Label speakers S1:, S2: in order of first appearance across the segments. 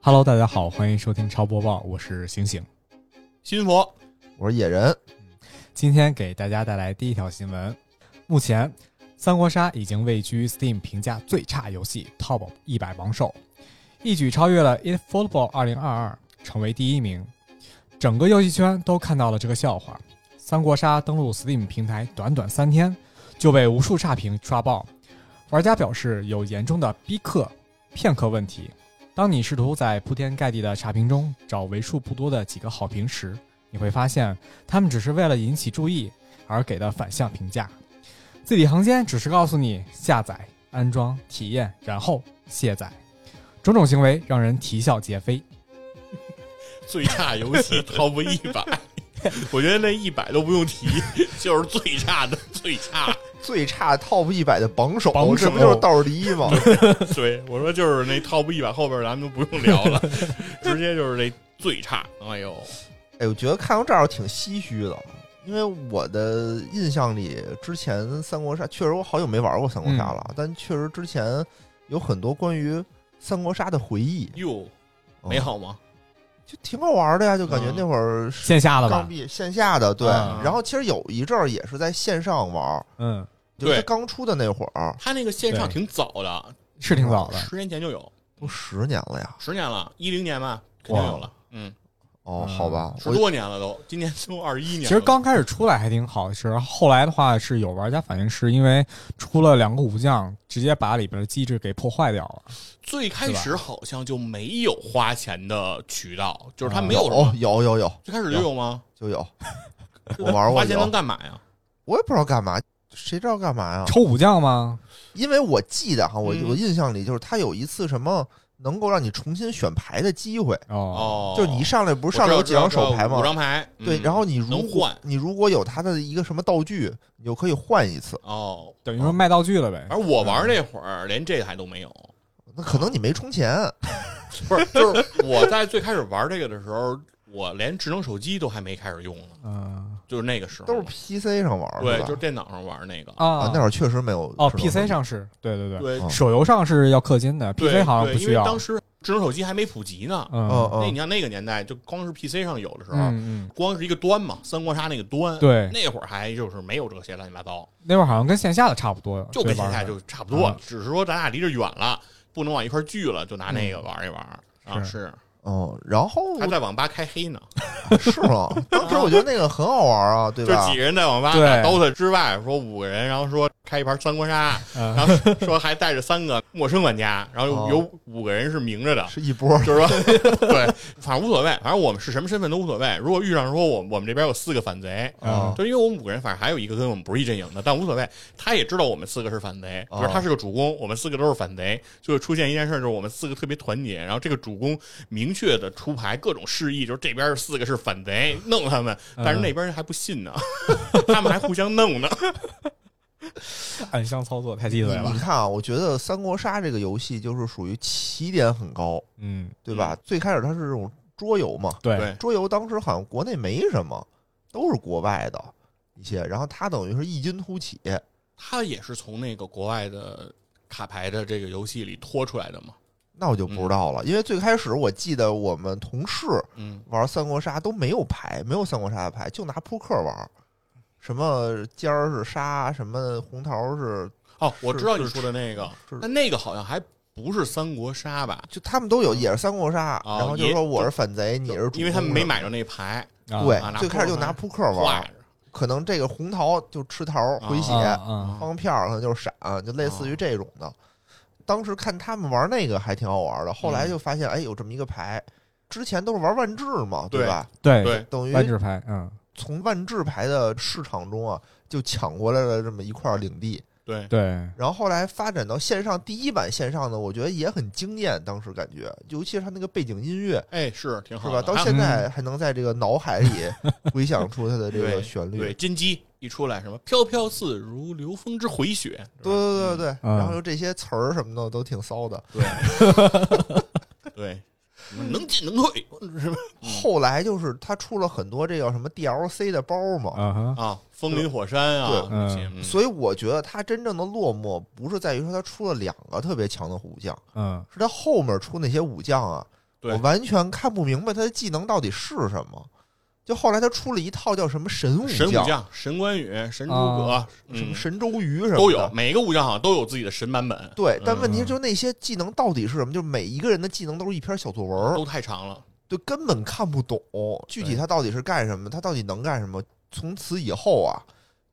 S1: Hello，大家好，欢迎收听超播报，我是醒醒。
S2: 新佛，
S3: 我是野人，
S1: 今天给大家带来第一条新闻。目前，《三国杀》已经位居 Steam 评价最差游戏 Top 一百榜首，一举超越了《eFootball 2022》，成为第一名。整个游戏圈都看到了这个笑话，《三国杀》登陆 Steam 平台短短三天，就被无数差评刷爆。玩家表示有严重的逼氪、骗氪问题。当你试图在铺天盖地的差评中找为数不多的几个好评时，你会发现他们只是为了引起注意而给的反向评价。字里行间只是告诉你下载、安装、体验，然后卸载，种种行为让人啼笑皆非。
S2: 最差游戏 Top 一百， 我觉得那一百都不用提，就是最差的最差。
S3: 最差 Top 一百的榜首，
S1: 榜首
S3: 这不就是倒数第一吗？
S2: 对，我说就是那 Top 一百后边咱们都不用聊 了，直接就是那最差。哎呦，
S3: 哎，我觉得看到这儿我挺唏嘘的，因为我的印象里，之前三国杀确实我好久没玩过三国杀了，
S1: 嗯
S3: 但确实之前有很多关于三国杀的回忆，
S2: 哟，
S3: 嗯
S2: 美好吗？
S3: 就挺好玩的呀，就感觉
S2: 嗯
S3: 那会儿是
S1: 线下的
S3: 刚
S1: 吧，
S3: 毕业线下的对，
S1: 嗯
S3: 然后其实有一阵儿也是在线上玩，
S1: 嗯，
S3: 就是它
S2: 对
S3: 刚出的那会儿，
S2: 他那个线上
S1: 对
S2: 挺早的，
S1: 是挺早的。
S2: 十年前就有，
S3: 都十年了呀。
S2: 十年了，一零年吧，肯定有了。嗯，
S3: 哦，
S1: 嗯
S3: 好吧，
S2: 十
S3: 我
S2: 多年了都，今年都二一年了。
S1: 其实刚开始出来还挺好的，是后来的话是有玩家反映是因为出了两个武将，直接把里边的机制给破坏掉了。
S2: 最开始好像就没有花钱的渠道，就是他没啊有什哦
S3: 有
S2: 么，
S3: 哦有有有
S2: 最开始就有吗？
S3: 就有，我玩过
S2: 花钱
S3: 有
S2: 能。干嘛呀？
S3: 我也不知道干嘛，谁知道干嘛 呀？
S1: 抽武将吗？
S3: 因为我记得哈，我
S2: 嗯
S3: 我印象里就是他有一次什么能够让你重新选牌的机会，
S1: 哦，
S2: 哦，
S3: 就是你一上来不
S2: 我
S3: 是上来有几
S2: 知道
S3: 张
S2: 知道
S3: 手牌
S2: 五五
S3: 吗？
S2: 张牌，嗯
S3: 对，然后你如
S2: 能
S3: 果
S2: 换
S3: 你如果有他的一个什么道具，你就可以换一次。
S2: 哦，
S1: 等于说卖道具了呗。
S2: 而我玩那会儿连这个还都没有，
S3: 那可能你没充钱，
S2: 不是，就是 我在最开始玩这个的时候，我连智能手机都还没开始用呢，
S1: 嗯
S2: 就是那个时候
S3: 都是 PC 上玩儿
S2: 哦对，
S3: 吧
S2: 就是电脑上玩那个，
S1: 啊
S3: 啊，那会儿确实没有
S1: 哦
S3: 智能手
S1: ，PC
S3: 机
S1: 上是，对对对，
S2: 对
S3: 嗯
S1: 手游上是要氪金的
S2: 对
S1: ，PC 好像
S2: 对
S1: 不
S2: 因
S1: 需
S2: 为
S1: 要。
S2: 当时智能手机还没普及呢，
S1: 嗯
S3: 嗯
S2: 那你
S3: 嗯，
S2: 像那个年代，就光哦是 PC 上有的时候，
S1: 嗯
S2: 光是一个端嘛，三国杀那个端，
S1: 嗯，，对，
S2: 那会儿还就是没有这些乱七八糟，
S1: 那会儿好像跟线下的差不多，
S2: 就跟
S1: 对
S2: 现
S1: 玩
S2: 在
S1: 的
S2: 就差不多，
S1: 嗯
S2: 只是说咱俩离着远了，不能往一块儿聚了，就拿那个玩一玩、啊，
S1: 是
S2: 是
S3: 嗯，然后
S2: 还在网吧开黑呢。
S3: 是 吗？当时我觉得那个很好玩啊，对
S2: 就
S3: 吧
S2: 几？个人在网吧
S1: 对
S2: 打 DOTA 之外，说五个人，然后说开一盘三国杀，
S1: 嗯
S2: 然后说说还带着三个陌生玩家，然后有
S3: 哦
S2: 有五个人是明着的，
S3: 是一 波，
S2: 就是说 对，反正无所谓，反正我们是什么身份都无所谓。如果遇上说我我们这边有四个反贼。
S1: 嗯
S3: 啊
S2: 就因为我们五个人，反正还有一个跟我们不是一阵营的，但无所谓。他也知道我们四个是反贼，比
S3: 哦
S2: 如他是个主公，我们四个都是反贼，就会出现一件事，就是我们四个特别团结。然后这个主公明确的出牌各种示意，就是这边四个是反贼，弄他们，但是那边还不信呢， 他们还互相弄呢。
S1: 暗箱操作太
S2: 嗯
S1: 鸡贼
S3: 你
S1: 了
S3: 你。看啊，我觉得三国杀这个游戏就是属于起点很高，
S1: 嗯，
S3: 对吧？最开始它是这种桌游嘛，
S1: 对
S2: 对，
S3: 桌游当时好像国内没什么，都是国外的一些，然后它等于是异军突起，
S2: 他也是从那个国外的卡牌的这个游戏里拖出来的嘛。
S3: 那我就不知道了，因为最开始我记得我们同事
S2: 嗯，
S3: 玩三国杀都没有牌，没有三国杀的牌，就拿扑克玩。什么尖儿是沙，什么红桃是，
S2: 哦，我
S3: 是
S2: 知道你
S3: 是
S2: 说的那个
S3: 是，
S2: 但那个好像还不是三国杀吧？
S3: 就他们都有，也是三国杀。
S2: 哦
S3: 然后就
S2: 也
S3: 说我是反贼，你是主
S2: 因为他们
S3: 公
S2: 没
S3: 什么
S2: 买着那牌，
S1: 啊
S3: 对
S2: 啊拿，
S3: 最开始就
S2: 扑克
S3: 拿扑克
S2: 挂
S3: 玩，
S2: 着。
S3: 可能这个红桃就吃桃回血，
S1: 啊
S3: 方片儿可能就是闪，就类似于这种的。当时看他们玩那个还挺好玩的，
S2: 嗯
S3: 后来就发现哎有这么一个牌，之前都是玩万智嘛，
S2: 对
S3: 吧？
S1: 对
S2: 对，
S3: 等
S1: 万
S3: 于
S1: 智牌，嗯，
S3: 从万智牌的市场中啊，就抢过来了这么一块领地。
S2: 对，
S1: 对，
S3: 然后后来发展到线上，第一版线上呢，我觉得也很惊艳，当时感觉，尤其是它那个背景音乐。
S2: 哎，是挺
S3: 是
S2: 好
S3: 吧？
S2: 的。
S3: 到
S2: 还有
S3: 现在还能在这个脑 海里回想出它的这个旋律，
S2: 对金鸡一出来，什么飘飘似如流风之回雪，
S3: 对对对对，
S1: 嗯
S3: 然后就这些词儿什么的都挺骚的。
S2: 对，什么能进能退是吧？
S3: 后来就是它出了很多这个什么 DLC 的包嘛，
S1: 啊哈，
S2: 啊，风林火山啊，
S3: 嗯对
S2: 那些嗯
S3: 所以我觉得它真正的落寞不是在于说它出了两个特别强的武将，
S1: 嗯，
S3: 是它后面出那些武将啊，
S2: 对
S3: 我完全看不明白他的技能到底是什么。就后来他出了一套叫什么神武
S2: 神武
S3: 将、
S2: 将、神关羽、神诸葛
S1: 啊，
S3: 什么
S2: 嗯，
S3: 神周瑜什么的
S2: 都有，每个武将好像都有自己的神版本，
S3: 对，但问题
S1: 嗯
S3: 就那些技能到底是什么？就是每一个人的技能都是一篇小作文儿，
S2: 都太长了。
S3: 就根本看不懂具体
S2: 对
S3: 他到底是干什么，他到底能干什么。从此以后啊，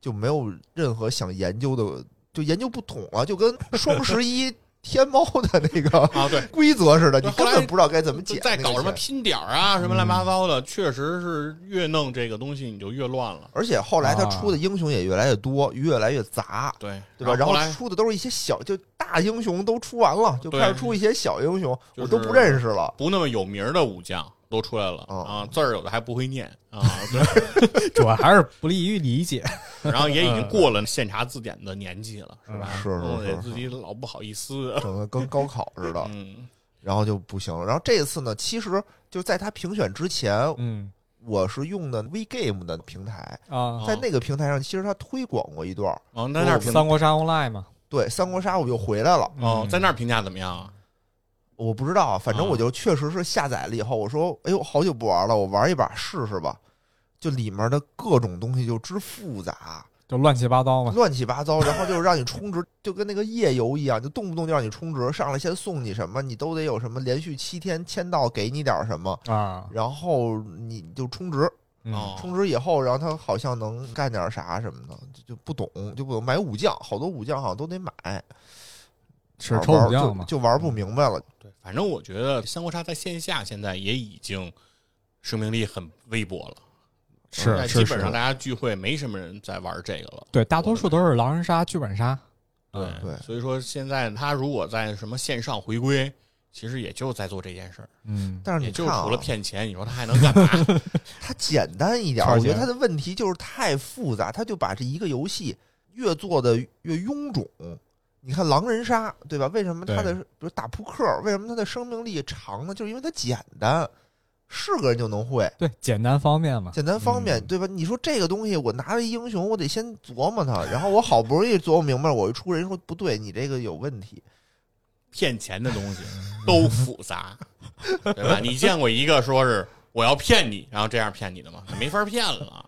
S3: 就没有任何想研究的，就研究不懂了、就跟双十一天猫的那个
S2: 啊，对，
S3: 规则似的，你
S2: 对
S3: 根
S2: 后来
S3: 本不知道该怎么解。
S2: 在搞什么？拼点儿啊，什么
S1: 嗯
S2: 乱七八糟的，确实是越弄这个东西你就越乱了。
S3: 而且后来
S2: 啊
S3: 他出的英雄也越来越多，越来越杂，
S2: 对，
S3: 对吧？然
S2: 然后
S3: 后
S2: 后来
S3: 出的都是一些小，就大英雄都出完了，就
S2: 对
S3: 开始出一些小英雄，
S2: 就是
S3: 我都不认识了。
S2: 不那么有名儿的武将都出来了
S3: 哦
S2: 啊，字儿有的还不会念啊，对
S1: 主要还是不利于理解。
S2: 然后也已经
S1: 嗯
S2: 过了现查字典的年纪了，是吧？
S3: 是是
S2: 弄得
S3: 嗯是啊
S2: 自己老不好意思。啊
S3: 整的跟高考似的，
S2: 嗯，
S3: 然后就不行了。然后这次呢，其实就在他评选之前，
S2: 哦
S1: 嗯
S3: 我是用的 WeGame 的平台，
S1: 啊，
S3: 在那个平台上，其实他推广过一段儿。
S2: 哦，在那儿评
S1: 三国杀 online 嘛，嗯
S3: 对《三国杀》，我又回来了。
S2: 哦，在
S1: 那
S2: 那儿评价怎么样啊？
S3: 我不知道啊，反正
S2: 啊
S3: 我就确实是下载了以后，我说：“哎呦，好久不玩了，我玩一把试试吧。”就里面的各种东西就之复杂，
S1: 就乱七八糟嘛。
S3: 乱七八糟，然后就是让你充值，就跟那个夜游一样，就动不动就让你充值，上来先送你什么，你都得有什么连续七天签到给你点儿什么，
S1: 啊，
S3: 然后你就充值，
S1: 嗯
S2: 哦，
S3: 充值以后，然后他好像能干点啥什么的，就就不懂，就不懂买武将，好多武将好像都得买，
S1: 是
S3: 玩
S1: 抽
S3: 玩
S1: 武将嘛，
S3: 就就玩不明白了。
S2: 对，反正我觉得三国杀在线下现在也已经生命力很微薄了，
S1: 是
S2: 现在
S1: 是
S2: 基本上
S1: 是，
S2: 大家聚会没什么人在玩这个了。
S1: 对，大多数都是狼人杀、剧本杀。嗯
S3: 对
S2: 所以说现在他如果在什么线上回归，其实也就在做这件事儿，
S1: 嗯，
S3: 但是
S2: 也
S3: 你
S2: 就
S3: 看、
S2: 是
S3: 啊，
S2: 除了骗钱，你说他还能干嘛？
S3: 它简单一点，
S1: 圈
S3: 我
S1: 钱
S3: 觉得它的问题就是太复杂，它就把这一个游戏越做的越臃肿。你看狼人杀，对吧？为什么它的比如打扑克，为什么它的生命力长呢？就是因为它简单，是个人就能会。
S1: 对，简单方便嘛。
S3: 简单方便，
S1: 嗯
S3: 对吧？你说这个东西，我拿了一英雄，我得先琢磨它，然后我好不容易琢磨明白，我一出人说不对，你这个有问题。
S2: 骗钱的东西都复杂，对吧？你见过一个说是我要骗你，然后这样骗你的吗？没法骗了。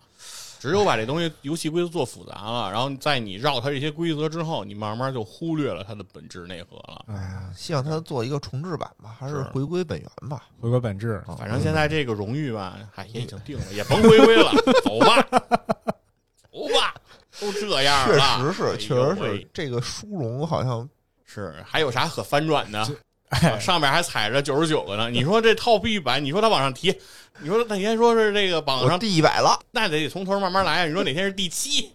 S2: 只有把这东西游戏规则做复杂了，然后在你绕它这些规则之后，你慢慢就忽略了它的本质内核了。
S3: 哎呀，希望它做一个重置版吧，还是
S2: 是
S3: 回归本源吧。
S1: 回归本质，
S3: 啊
S2: 反正现在这个荣誉吧，嗨，也已经定了，也甭回归了，走吧，走吧，都这样
S3: 确
S2: 了，哎
S3: 实是，
S2: 呦
S3: 确实
S2: 喂
S3: 是这个殊荣好像
S2: 是，还有啥可翻转的？啊上面还踩着九十九个呢。你说这 top 一百，你说他往上提，你说他哪天说是这个榜
S3: 我
S2: 上，
S3: 第一百了。
S2: 那得从头慢慢来。你说哪天是第七、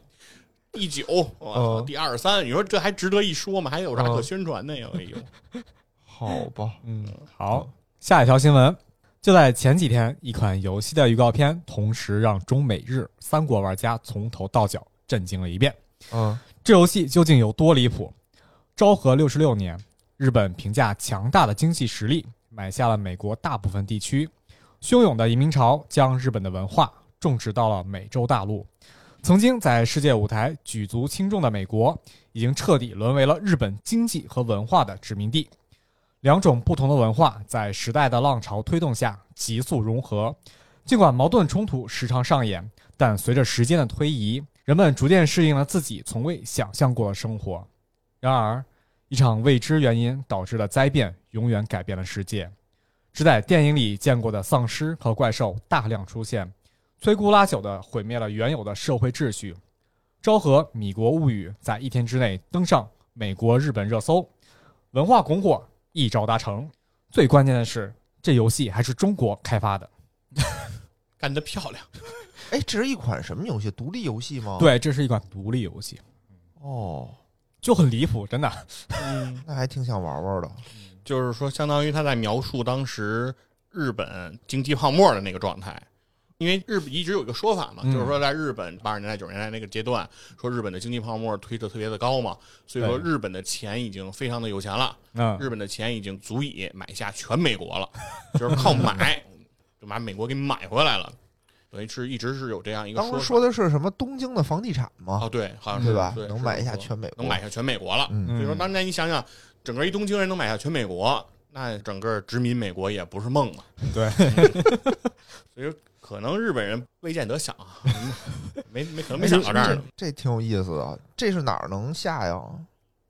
S2: 第九，我
S3: 哦
S2: 操，第二十三，你说这还值得一说吗？还有啥
S3: 哦
S2: 可宣传的呀？哎呦，
S3: 好吧，
S1: 嗯，好，下一条新闻，就在前几天，一款游戏的预告片同时让中美日三国玩家从头到脚震惊了一遍。
S3: 嗯，
S1: 这游戏究竟有多离谱？昭和六十六年，日本凭借强大的经济实力买下了美国大部分地区，汹涌的移民潮将日本的文化种植到了美洲大陆。曾经在世界舞台举足轻重的美国，已经彻底沦为了日本经济和文化的殖民地。两种不同的文化在时代的浪潮推动下急速融合，尽管矛盾冲突时常上演，但随着时间的推移，人们逐渐适应了自己从未想象过的生活。然而，一场未知原因导致的灾变永远改变了世界。只在电影里见过的丧尸和怪兽大量出现，摧枯拉朽地毁灭了原有的社会秩序。昭和《米国物语》在一天之内登上美国、日本热搜，文化拱火一招达成。最关键的是，这游戏还是中国开发的。
S2: 干得漂亮！
S3: 哎，这是一款什么游戏？独立游戏
S2: 哦
S3: 吗？，
S1: 对，这是一款独立游戏，
S3: 哦，
S1: 就很离谱，真的。
S2: 嗯，
S3: 那还挺想玩玩的。
S2: 就是说，相当于他在描述当时日本经济泡沫的那个状态。因为日本一直有一个说法嘛，
S1: 嗯
S2: 就是说在日本八十年代、九十年代那个阶段，说日本的经济泡沫推得特别的高嘛，所以说
S1: 对
S2: 日本的钱已经非常的有钱了，
S1: 嗯，
S2: 日本的钱已经足以买下全美国了，就是靠买就把美国给买回来了，等于是一直是有这样一个
S3: 当
S2: 说
S3: 时
S2: 法
S3: 说的是什么东京的房地产
S2: 哦，
S3: 吗？
S2: 对，
S1: 嗯
S2: 好像是
S3: 对吧？
S2: 对
S3: 能
S2: 是
S3: 买下
S2: 说
S3: 全美国，
S2: 能买下全美国了，
S3: 嗯
S2: 所以说当年你想想，整个一东京人能买下全美国，那整个殖民美国也不是梦了。
S1: 对
S2: 嗯， 所以可能日本人未见得想啊，没没可能
S1: 哎
S2: 没想到这儿呢。
S3: 这挺有意思的。这是哪儿能下呀？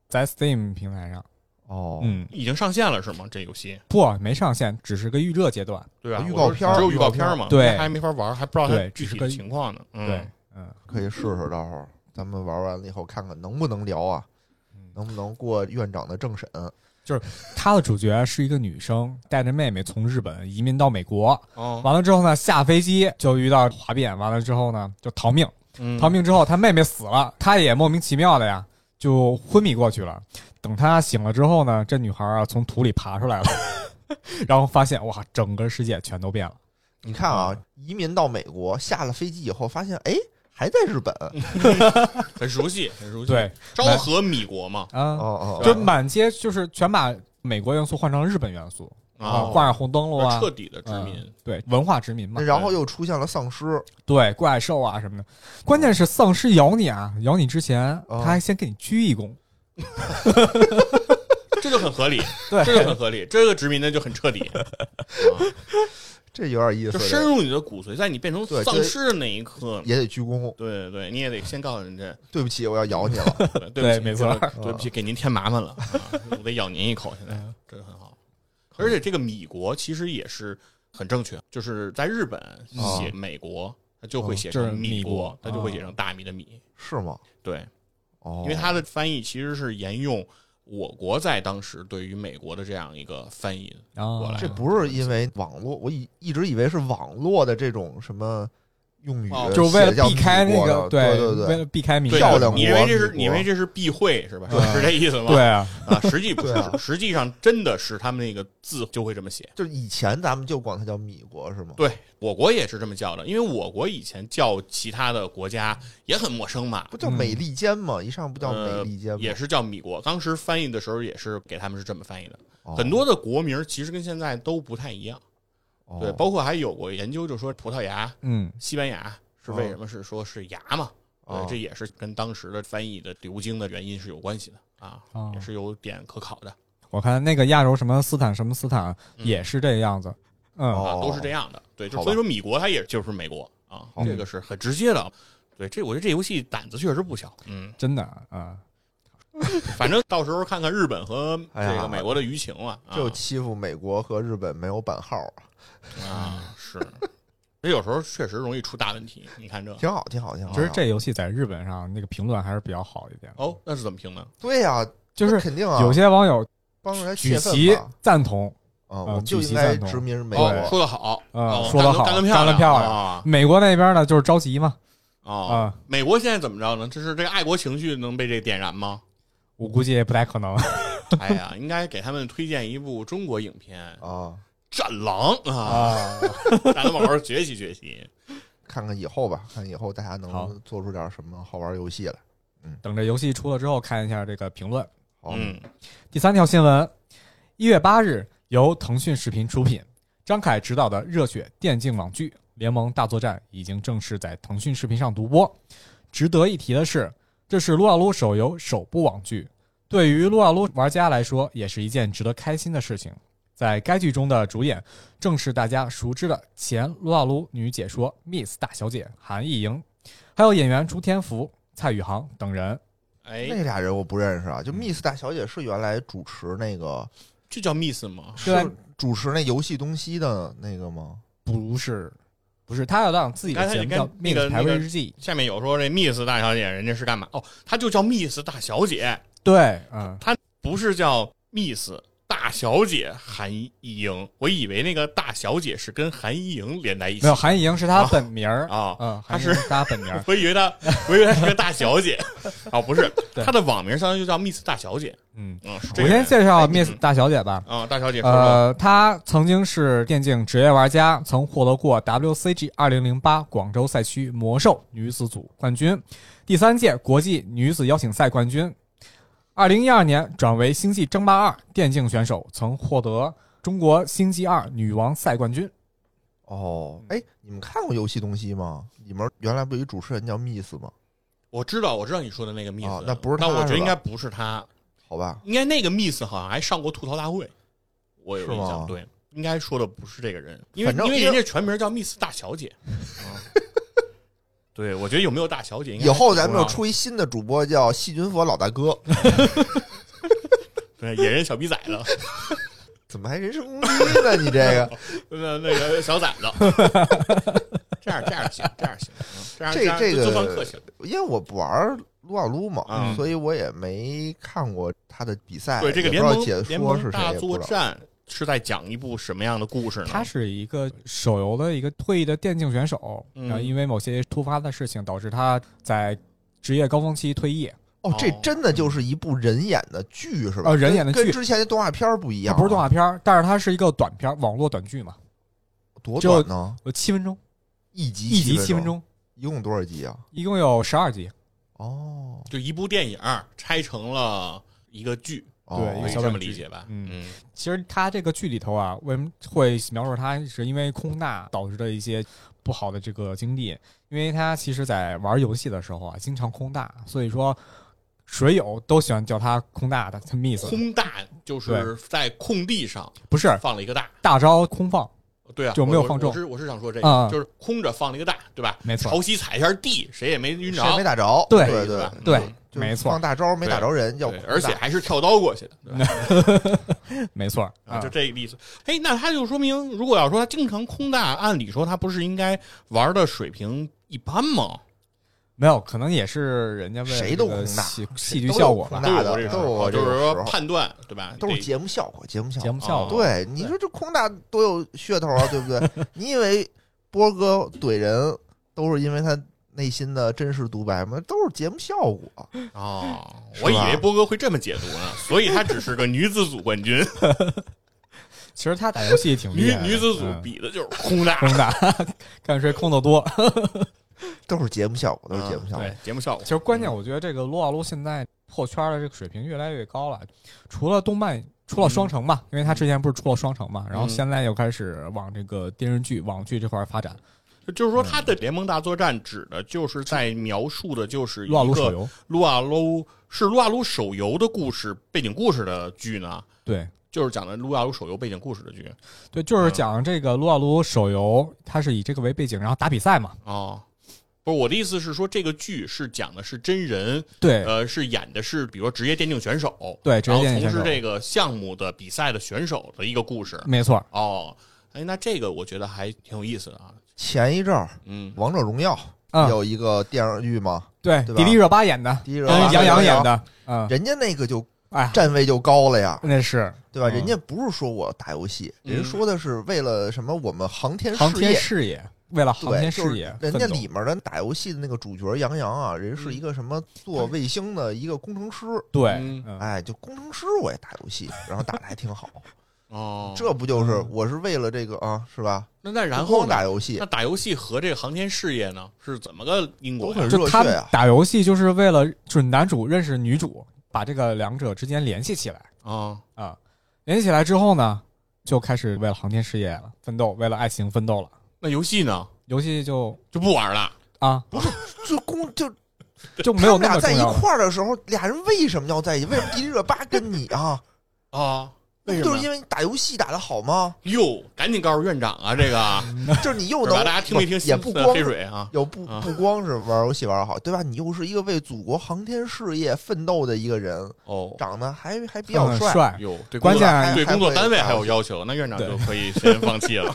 S1: 在 Steam 平台上，
S3: 哦，
S1: 嗯，
S2: 已经上线了是吗？这游戏
S1: 不没上线，只是个预热阶段。
S2: 对吧？
S3: 预告片儿
S2: 我只有预告片儿嘛，
S1: 对
S2: 还没法玩，还不知道它
S1: 对
S2: 具
S1: 只是
S2: 体
S1: 个
S2: 的情况呢。嗯
S1: 对，，嗯，
S3: 可以试试，到时候咱们玩完了以后看看能不能聊啊，
S2: 嗯
S3: 能不能过院长的政审。
S1: 它的主角是一个女生，带着妹妹从日本移民到美国，
S2: 哦，
S1: 完了之后呢，下飞机就遇到哗变，完了之后呢就逃命，
S2: 嗯
S1: 逃命之后她妹妹死了，她也莫名其妙的呀就昏迷过去了。等她醒了之后呢，这女孩啊从土里爬出来了， 然后发现哇，整个世界全都变了。
S3: 你看啊，移民到美国，下了飞机以后发现，哎，还在日本。
S1: 嗯
S2: 很熟悉，很熟悉。
S1: 对，
S2: 昭和米国嘛，
S1: 啊，
S3: 哦哦，
S1: 就满街就是全把美国元素换成日本元素啊，
S2: 哦
S1: 换上红灯笼啊，
S2: 彻底的殖
S1: 嗯
S2: 民。
S1: 对文化殖民嘛，
S3: 然后又出现了丧尸，
S1: 对怪兽啊什么的。关键是丧尸咬你啊，咬你之前
S3: 哦
S1: 他还先给你鞠一躬，
S2: 这就很合理，
S1: 对
S2: 这就很合理。这个殖民呢就很彻底，啊
S3: 这有点意
S2: 就
S3: 思。
S2: 深入你的骨髓，在你变成
S3: 对
S2: 丧
S3: 这
S2: 尸的那一刻，
S3: 也得鞠躬，
S2: 对对对，你也得先告诉人家，
S3: 对不起，我要咬你 了。
S2: 对对不
S1: 对
S2: 起，
S1: 没错
S2: 这个对不起，给您添麻烦了，啊我得咬您一口，现在这个很好。而且这个米国其实也是很正确，就是在日本
S3: 哦
S2: 写美国，它就会写
S1: 哦这
S2: 成
S1: 是米
S2: 米
S1: 国
S2: 国，它就会写
S1: 哦
S2: 成大米的米，
S3: 是吗？
S2: 对，
S3: 哦，
S2: 因为它的翻译其实是沿用我国在当时对于美国的这样一个翻译
S1: 然后
S2: 过来
S3: 这不是因为网络，我以一直以为是网络的这种什么用语，
S2: 哦
S1: 就为了避开那个
S3: 写得像米国的对
S1: 对为
S3: 对
S1: 了避开民
S2: 对，
S3: 漂亮
S2: 你
S3: 国
S2: 认为这是
S3: 米国
S2: 你认为这是避讳是吧？
S1: 嗯
S2: 是这意思吗？
S1: 对啊，
S2: 啊，实际不是
S3: 对啊，
S2: 实际上真的是他们那个字就会这么写。
S3: 就是以前咱们就管它叫米国是吗？
S2: 对我国也是这么叫的，因为我国以前叫其他的国家也很陌生嘛
S3: 不，叫美利坚吗？一上不叫美
S2: 嗯呃
S3: 利坚吗？
S2: 也是叫米国。当时翻译的时候也是给他们是这么翻译的。
S3: 哦
S2: 很多的国名其实跟现在都不太一样，
S3: 哦
S2: 对，包括还有过研究就说葡萄牙、
S1: 嗯
S2: 西班牙是为什么是说是牙嘛？
S3: 哦
S2: 对，这也是跟当时的翻译的流经的原因是有关系的啊，
S3: 哦
S1: 啊
S2: 也，是有点可考的。
S1: 我看那个亚洲什么斯坦什么斯坦
S2: 嗯
S1: 也是这样子，嗯
S2: 啊，
S3: 哦
S2: 都是这样的。对，就
S3: 好吧
S2: 所以说米国它也就是美国啊
S3: 好，
S2: 这个是很直接的。对，这我觉得这游戏胆子确实不小。嗯，
S1: 真的啊，
S3: 哦
S2: 反正到时候看看日本和
S3: 哎呀
S2: 这个美国的舆情了啊
S3: 就欺负美国和日本没有版号啊，
S2: 啊是。这有时候确实容易出大问题，你 看这
S3: 挺好，挺好，挺好。
S1: 其实这游戏在日本上那个评论还是比较好一点，
S2: 哦，那是怎么评呢？
S3: 对呀，
S1: 就
S3: 那
S1: 是
S3: 肯定啊，
S1: 有些网友
S3: 帮助人
S1: 举
S3: 泄愤
S1: 旗
S3: 嘛
S1: 赞同
S3: 啊，我们
S1: 举
S3: 就应
S1: 旗
S3: 该
S1: 赞同
S3: 殖民美
S2: 哦，
S3: 国。
S2: 说的好，
S1: 啊
S2: 哦
S1: 说得好
S2: 干得
S1: 干得
S2: 亮
S1: 漂亮
S2: 啊！
S1: 美国那边呢，就是着急嘛，
S2: 哦
S1: 啊，
S2: 美国现在怎么着呢？这是这个爱国情绪能被这点燃吗？
S1: 我估计也不太可能。
S2: 哎呀，应该给他们推荐一部中国影片《
S3: 啊，
S2: 战狼》啊，
S1: 啊，
S2: 让他们好好学习学习。
S3: 看看以后吧，看以后大家
S1: 好
S3: 能做出点什么好玩游戏来。
S1: 等这游戏出了之后，看一下这个评论。
S3: 好，
S2: 嗯，
S1: 第三条新闻：一月八日，由腾讯视频出品，张凯执导的热血电竞网剧《联盟大作战》已经正式在腾讯视频上独播。值得一提的是，这是撸啊撸手游首部网剧，对于撸啊撸玩家来说，也是一件值得开心的事情。在该剧中的主演正是大家熟知的前撸啊撸女解说 Miss 大小姐韩艺莹，还有演员朱天福、蔡宇航等人。
S2: 哎，
S3: 那俩人我不认识啊，就
S1: 嗯
S3: Miss 大小姐是原来主持那个
S2: 这叫 miss 吗？
S1: 对啊
S3: 是主持那游戏东西的那个吗？
S1: 不是，不是，他要让自己的
S2: 刚才
S1: 节
S2: 你
S1: 目
S2: 看
S1: 叫《
S2: 那
S1: 命
S2: 个
S1: 排
S2: 那
S1: 位
S2: 个
S1: 日记
S2: 下面有说这 miss 大小姐人家是干嘛？哦，她就叫 miss 大小姐，》。
S1: 对，嗯，
S2: 不是叫 miss 大小姐韩一莹。我以为那个大小姐是跟韩一莹连在一起
S1: 没有，韩莹是他本名儿，
S2: 啊。
S1: 嗯，
S2: 他。
S1: 韩莹是他本名儿
S2: 我以为她，我以为她是个大小姐，哦，不是，
S1: 对
S2: 她的网名相当于就叫 Miss 大小姐，
S1: 嗯，
S2: 嗯，是
S1: 我
S2: 这个
S1: 先
S2: 人
S1: 介绍
S2: 哎
S1: Miss 大小姐吧。
S2: 啊，大小姐说说，
S1: 呃，她曾经是电竞职业玩家，曾获得过 WCG 二零零八广州赛区魔兽女子组冠军，第三届国际女子邀请赛冠军。二零一二年转为星际争霸二电竞选手，曾获得中国星际二女王赛冠军。
S3: 哦，
S1: 嗯
S3: 哎，你们看过游戏东西吗？里面原来不有一主持人叫 Miss 吗？
S2: 我知道，我知道你说的那个 Miss，
S3: 哦那不是她
S2: 但我觉
S3: 是
S2: 得
S3: 吧
S2: 应该不是她，
S3: 好吧，
S2: 应该那个 Miss 好像还上过吐槽大会，我有
S3: 是
S2: 印象，
S3: 吗
S2: 对，应该说的不是这个人，因为
S3: 反正
S2: 因为
S3: 因
S2: 人
S3: 为
S2: 家全名叫密斯大小姐。 对，我觉得有没有大小姐，应该
S3: 以后咱们
S2: 要
S3: 就出一新的主播叫细菌佛老大哥，
S2: 对野人小逼崽 子，
S3: 怎么还人身攻击呢？你这个
S2: 那那个小崽 子，这样这样行，这样行，嗯这样
S3: 这
S2: 样
S3: 这个
S2: 就算客气了。
S3: 因为我不玩撸啊撸嘛，
S2: 嗯
S3: 所以我也没看过他的比赛，
S2: 对，这个
S3: 哎也
S2: 联
S3: 不知道
S2: 盟
S3: 解
S2: 联
S3: 说
S2: 盟
S3: 是谁
S2: 大
S3: 也
S2: 作
S3: 不知道。
S2: 战是在讲一部什么样的故事呢？
S1: 他是一个手游的一个退役的电竞选手，
S2: 嗯
S1: 然后因为某些突发的事情导致他在职业高峰期退役。
S3: 哦，这真的就是一部人演的剧是吧？
S1: 哦人演的
S3: 跟
S1: 剧
S3: 跟之前的动画片儿不一
S1: 它
S3: 样，
S1: 不是动画片儿，但是它是一个短片儿，网络短剧嘛，
S3: 多
S1: 就
S3: 短呢？
S1: 有七分钟，
S3: 一集
S1: 一集
S3: 七
S1: 七分，钟，
S3: 一共多少集啊？
S1: 一共有十二集。
S3: 哦，
S2: 就一部电影拆成了一个剧，
S1: 对一
S2: 可
S1: 个
S2: 以
S1: 小
S3: 哦
S2: 这
S1: 短
S2: 么
S1: 剧
S2: 理解吧？
S1: 嗯
S2: 嗯
S1: 其实它这个剧里头啊，为什么会描述它，是因为空纳导致的一些不好的这个经历。因为他其实，在玩游戏的时候啊，经常空大，所以说水友都喜欢叫他空大的，他 miss
S2: 空大就是在空地上
S1: 不是
S2: 放了一个大，
S1: 大招空放，
S2: 对啊，
S1: 就没有
S2: 我
S1: 放中
S2: 我是我是想说这
S1: 啊
S2: 个
S1: 啊，
S2: 就是空着放了一个大，对吧？
S1: 没错，
S2: 潮汐踩一下地，谁也没晕
S3: 谁也
S2: 着
S3: 没，打着？
S1: 对
S3: 对
S2: 对
S3: 对
S2: 吧，
S1: 对
S2: 嗯，
S3: 就是
S1: 没错
S3: 放大招没打着人，要
S2: 对
S3: 哭
S2: 而且
S3: 大
S2: 还是跳刀过去的，对吧？
S1: 没错
S2: 啊，
S1: 啊
S2: 就，这个意思。哎，那他就说明，如果要说他经常空大，按理说他不是应该玩的水平一般吗？
S1: 没有，可能也是人家为了
S3: 谁都
S1: 这个
S3: 空大
S1: 戏
S3: 谁
S1: 戏剧
S3: 都
S1: 效
S3: 有
S1: 果
S3: 空
S1: 吧，
S2: 都
S3: 大
S2: 有
S3: 的
S2: 这个时
S3: 都有
S2: 候，
S3: 这
S2: 就
S3: 个
S2: 是说
S3: 时候
S2: 判断，对吧？
S3: 都是
S2: 得
S3: 节目效果，节目效
S1: 节
S3: 果。
S1: 目效
S2: 哦
S1: 果。
S3: 对，你说这空大多有噱头啊，对不对？ 你以为波哥怼人都是因为他内心的真实独白吗？都是节目效果。
S2: 哦，
S3: 是
S2: 我以
S3: 吧
S2: 为波哥会这么解读呢，所以他只是个女子组冠军，
S1: 其实他打游戏挺厉
S2: 女
S1: 害的，
S2: 女子组
S1: 嗯
S2: 比的就是空大，
S1: 空 大，干谁空的多。
S3: 都是节目效果，都是节目效果。
S2: 嗯
S1: 嗯
S2: 对节目效果
S1: 其。实关键，我觉得这个撸啊撸现在破圈的这个水平越来越高了。除了动漫，除了双城嘛，因为他之前不是出了双城嘛，然后
S2: 嗯
S1: 现在又开始往这个电视剧、网剧这块儿发展，
S2: 就是说，他的联盟大作战指的就是在描述的，就是一
S1: 撸啊撸手
S2: 个
S1: 游。
S2: 撸啊撸是撸啊撸手游的故事背景故事的剧呢，
S1: 对
S2: 就是讲的撸啊撸手游背景故事的剧
S1: 对，
S2: 嗯
S1: 就是讲这个撸啊撸手游，它是以这个为背景，然后打比赛嘛。
S2: 哦。不是我的意思是说，这个剧是讲的是真人，
S1: 对
S2: 呃，是演的是比如说职业电竞选手，
S1: 对职业
S2: 然后
S1: 电竞选
S2: 从事
S1: 手
S2: 这个项目的比赛的选手的一个故事。
S1: 没错，
S2: 哦，哎，那这个我觉得还挺有意思的啊。
S3: 前一阵儿《
S2: 嗯，
S3: 王者荣耀》
S1: 嗯，
S3: 有一个电视剧嘛，
S1: 对，
S3: 对
S1: 迪
S3: 吧
S1: 丽热巴演的，
S3: 迪丽热巴
S1: 跟杨洋演，的，嗯，
S3: 人家那个就
S1: 哎，
S3: 站位就高了呀，
S1: 那是
S3: 对吧？
S1: 嗯
S3: 人家不是说我打游戏，
S2: 嗯
S3: 人说的是为了什么？我们航天
S1: 航
S3: 事
S1: 天
S3: 业。
S1: 事业，为了航
S3: 对，
S1: 天
S3: 就是
S1: 事业奋
S3: 人
S1: 斗，嗯
S3: 家里面的打游戏的那个主角杨洋啊，人是一个什么做卫星的一个工程师，
S1: 对，
S2: 嗯
S1: 嗯
S3: 哎，就工程师我也打游戏，然后打的还挺好，
S2: 哦，
S3: 这不就是
S1: 嗯
S3: 我是为了这个啊，是吧？
S2: 那那然
S3: 不
S2: 后
S3: 光
S2: 呢
S3: 打？游戏
S2: 那打游戏和这个航天事业呢，是怎么个因
S3: 都
S2: 果呀？
S3: 很
S1: 就
S3: 热
S1: 他
S3: 血
S1: 们
S3: 啊，
S1: 打游戏就是为了就是男主认识女主，把这个两者之间联系起来
S2: 啊，
S1: 啊、联系起来之后呢，就开始为了航天事业了奋斗，为了爱情奋斗了。
S2: 那游戏呢
S1: 游戏就
S2: 就不玩了。
S1: 啊
S3: 就工就
S1: 就没
S3: 他
S1: 有
S3: 们
S1: 那
S3: 俩
S1: 么
S3: 在
S1: 重
S3: 一
S1: 要了，
S3: 块儿的时候，俩人为什么要在一起？为什么迪丽热巴跟你啊？
S2: 啊？ 为什么？
S3: 就是因为你打游戏打得好吗？
S2: 哟，赶紧告诉院长啊，这个
S3: 就是你 又
S2: 是吧？
S3: 能
S2: 大家听没听
S3: 不也
S2: 新
S3: 不
S2: 的
S3: 光
S2: 黑水啊？
S3: 有不
S2: 啊
S3: 不光是玩游戏玩得好，对吧？你又是一个为祖国航天事业奋斗的一个人，
S2: 哦，
S3: 长得还还比较
S1: 很嗯帅。
S2: 哟，对工
S1: 关
S2: 作，
S1: 键
S3: 还
S2: 对工作单位还有
S3: 要，
S2: 要求，那院长
S1: 对
S2: 就可以先放弃 了。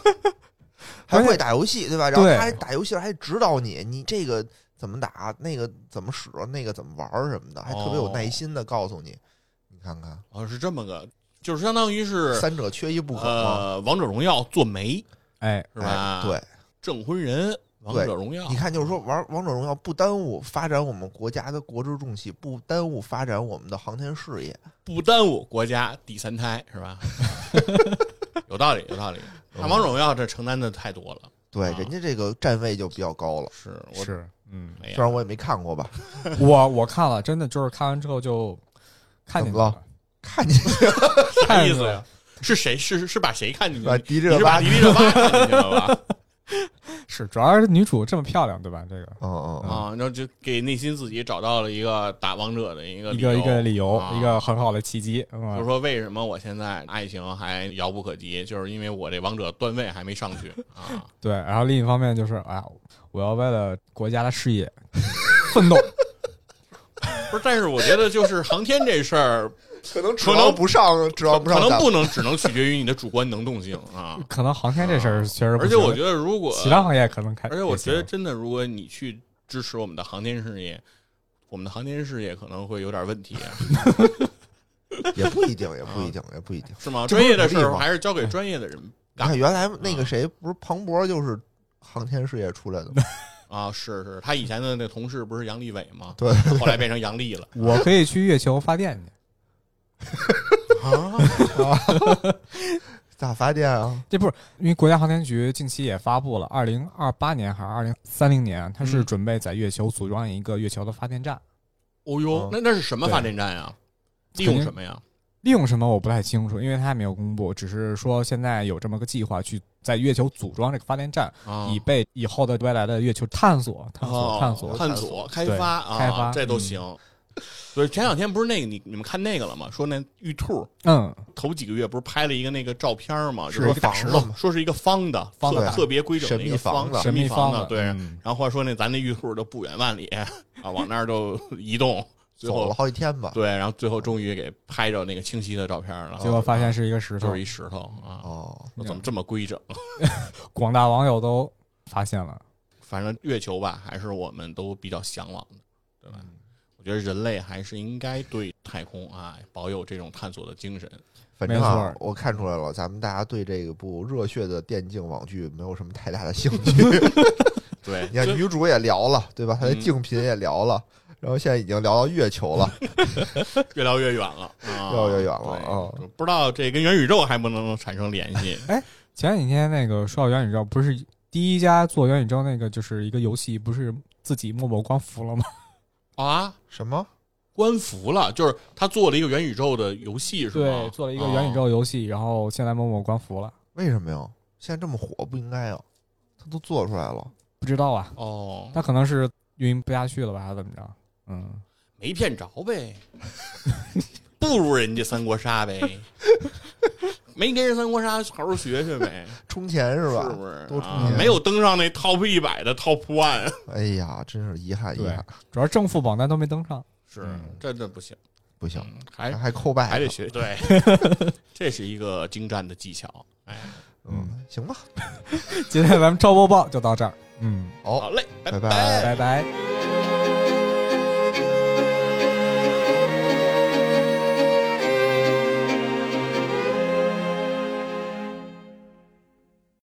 S3: 还
S1: 关键
S3: 会打游戏，对吧？然后
S1: 对
S3: 他还打游戏还指导你，你这个怎么打，那个怎么使，那个怎么玩儿什么的，还特别有耐心的告诉你。你看看，
S2: 哦，是这么个，就是相当于是
S3: 三者缺一不可嘛，
S2: 呃，王者荣耀做媒
S1: 哎，
S2: 是吧？
S3: 哎，对，
S2: 证婚人，王者荣耀
S3: 你，看，就是说玩王者荣耀不耽误发展我们国家的国之重器，不耽误发展我们的航天事业。
S2: 不耽误国家第三胎是吧？ 有道理，有道理。那王者荣耀这承担的太多了，
S3: 对，
S2: 啊
S3: 人家这个站位就比较高了，
S2: 是我
S1: 是 嗯，
S2: 哎
S3: 虽
S2: 呀，
S3: 然我也没看过吧，
S1: 我我看了，真的就是看完之后就看进去
S3: 怎么了，看见
S2: 啥
S1: 看
S2: 意
S1: 进
S2: 思
S1: 去
S2: 呀
S1: 了，？
S2: 是谁？是是把谁看进去
S3: 把
S2: 了？
S3: 迪
S2: 你
S3: 丽热
S2: 是
S3: 巴
S2: 把迪丽热巴看进去了吧？
S1: 是，主要是女主这么漂亮，对吧？这个
S3: 嗯嗯
S2: 啊，然后就给内心自己找到了一个打王者的一个
S1: 一个一个
S2: 理
S1: 理由，
S2: 啊
S1: 一个很好的契机。
S2: 由，就是
S1: 嗯，
S2: 说为什么我现在爱情还遥不可及，就是因为我这王者段位还没上去啊。
S1: 对。然后另一方面就是，哎呀，我要为了国家的事业奋斗。
S2: 不是，但是我觉得就是航天这事儿，
S3: 可能
S2: 指望
S3: 不上，指望
S2: 可能不能只能取决于你的主观能动性啊。
S1: 可能航天这事儿确实不
S2: 而
S1: 行，
S2: 且我觉得，如果
S1: 其他行业可能开，
S2: 而且我觉
S1: 也
S2: 得，
S1: 行
S2: 真的，如果你去支持我们的航天事业，我们的航天事业可能会有点 问题，
S3: 也不一定，也不一定，也不一定。
S2: 是吗？
S3: 这
S2: 专
S3: 不是
S2: 业的
S3: 鼓
S2: 事
S3: 励
S2: 儿
S3: 吗
S2: 还是
S1: 嗯
S2: 交给专业的人
S3: 你看，原来那
S2: 啊
S3: 个谁，不是庞博就是航天事业出来的 吗？
S2: 啊。是是，他以前的那同事不是杨利伟吗？
S3: 对，
S2: 后来变成 杨丽了
S1: 我可以去月球发电去，
S2: 啊。
S3: 咋发电啊？
S1: 这不是因为国家航天局近期也发布了，二零二八年还是二零三零年，它是
S2: 嗯
S1: 准备在月球组装一个月球的发电站。
S2: 哦呦
S3: 嗯，
S2: 那那是什么
S1: 对
S2: 发电站呀？利
S1: 肯
S2: 用
S1: 定
S2: 什么呀？
S1: 利用什么我不太清楚，因为它还没有公布，只是说现在有这么个计划去在月球组装这个发电站，
S2: 啊
S1: 以备以后的未来的月球探索、探索、
S2: 哦
S1: 探索。
S2: 探
S3: 探
S2: 索、
S3: 索
S2: 开
S1: 对
S2: 发啊，
S1: 开发
S2: 这都
S1: 嗯
S2: 行。所以前两天不是那个你你们看那个了吗？说那玉兔
S1: 嗯，
S2: 头几个月不是拍了一个那个照片吗？就是说
S3: 一个大
S2: 房
S3: 石
S2: 子
S3: 头嘛
S2: 说是一个方的，
S1: 方
S2: 特
S3: 的
S2: 特别规整的一个
S3: 神秘房子
S1: 神
S2: 秘
S1: 秘
S2: 房子
S1: 子，
S2: 对。
S1: 嗯
S2: 然后话说那咱那玉兔就不远万里 啊，往那儿就移动，最
S3: 走了
S2: 后
S3: 好几天吧。
S2: 对，然后最后终于给拍着那个清晰的照片了，
S1: 结果发现是一个石
S2: 就
S1: 头
S2: 是，一石头啊，
S3: 哦，
S2: 我怎么这么规整？
S1: 广大网友都发现了。
S2: 反正月球吧，还是我们都比较向往的，对吧？我觉得人类还是应该对太空啊保有这种探索的精神。
S3: 反正
S1: 没
S3: 啊
S1: 错，
S3: 我看出来了，咱们大家对这个部热血的电竞网剧没有什么太大的兴趣。
S2: 对，
S3: 你看
S2: 就
S3: 女主也聊了，对吧？她的
S2: 嗯
S3: 竞品也聊了，然后现在已经聊到月球了，
S2: 越聊越远了，啊、
S3: 越聊越远了啊
S2: 对不知道这跟元宇宙还不能产生联 系
S1: 前几天那个说到元宇宙，不是第一家做元宇宙那个就是一个游戏，不是自己默默光伏了吗？
S2: 啊？
S3: 什么？
S2: 官服了，就是他做了一个元宇宙的游戏，是吗？哦
S1: 对，做了一个元宇宙游戏，然后现在默默光伏了，
S3: 为什么呀？现在这么火不应该啊？她都做出来了，
S1: 不知道啊，
S2: 哦，
S1: 他可能是运营不下去了吧，还是怎么着？嗯，
S2: 没骗着呗，不如人家三国杀呗，没跟人三国杀好好学学呗，
S3: 充钱是吧？
S2: 是不是？
S3: 多充
S2: 啊
S3: 钱、
S2: 没有登上那 top 一百的 top one，
S3: 哎呀，真是遗憾遗
S1: 对
S3: 憾，
S1: 主要正负榜单都没登上。
S2: 是
S1: 嗯
S2: 真的不行，
S3: 不行，
S2: 嗯
S3: 还
S2: 还
S3: 还扣败，
S2: 还得学。 对，这是一个精湛的技巧。哎，
S3: 嗯，行吧，
S1: 今天咱们超播报就到这儿，嗯，
S3: 好
S2: 好嘞，
S3: 拜
S2: 拜
S3: 拜
S1: 拜拜。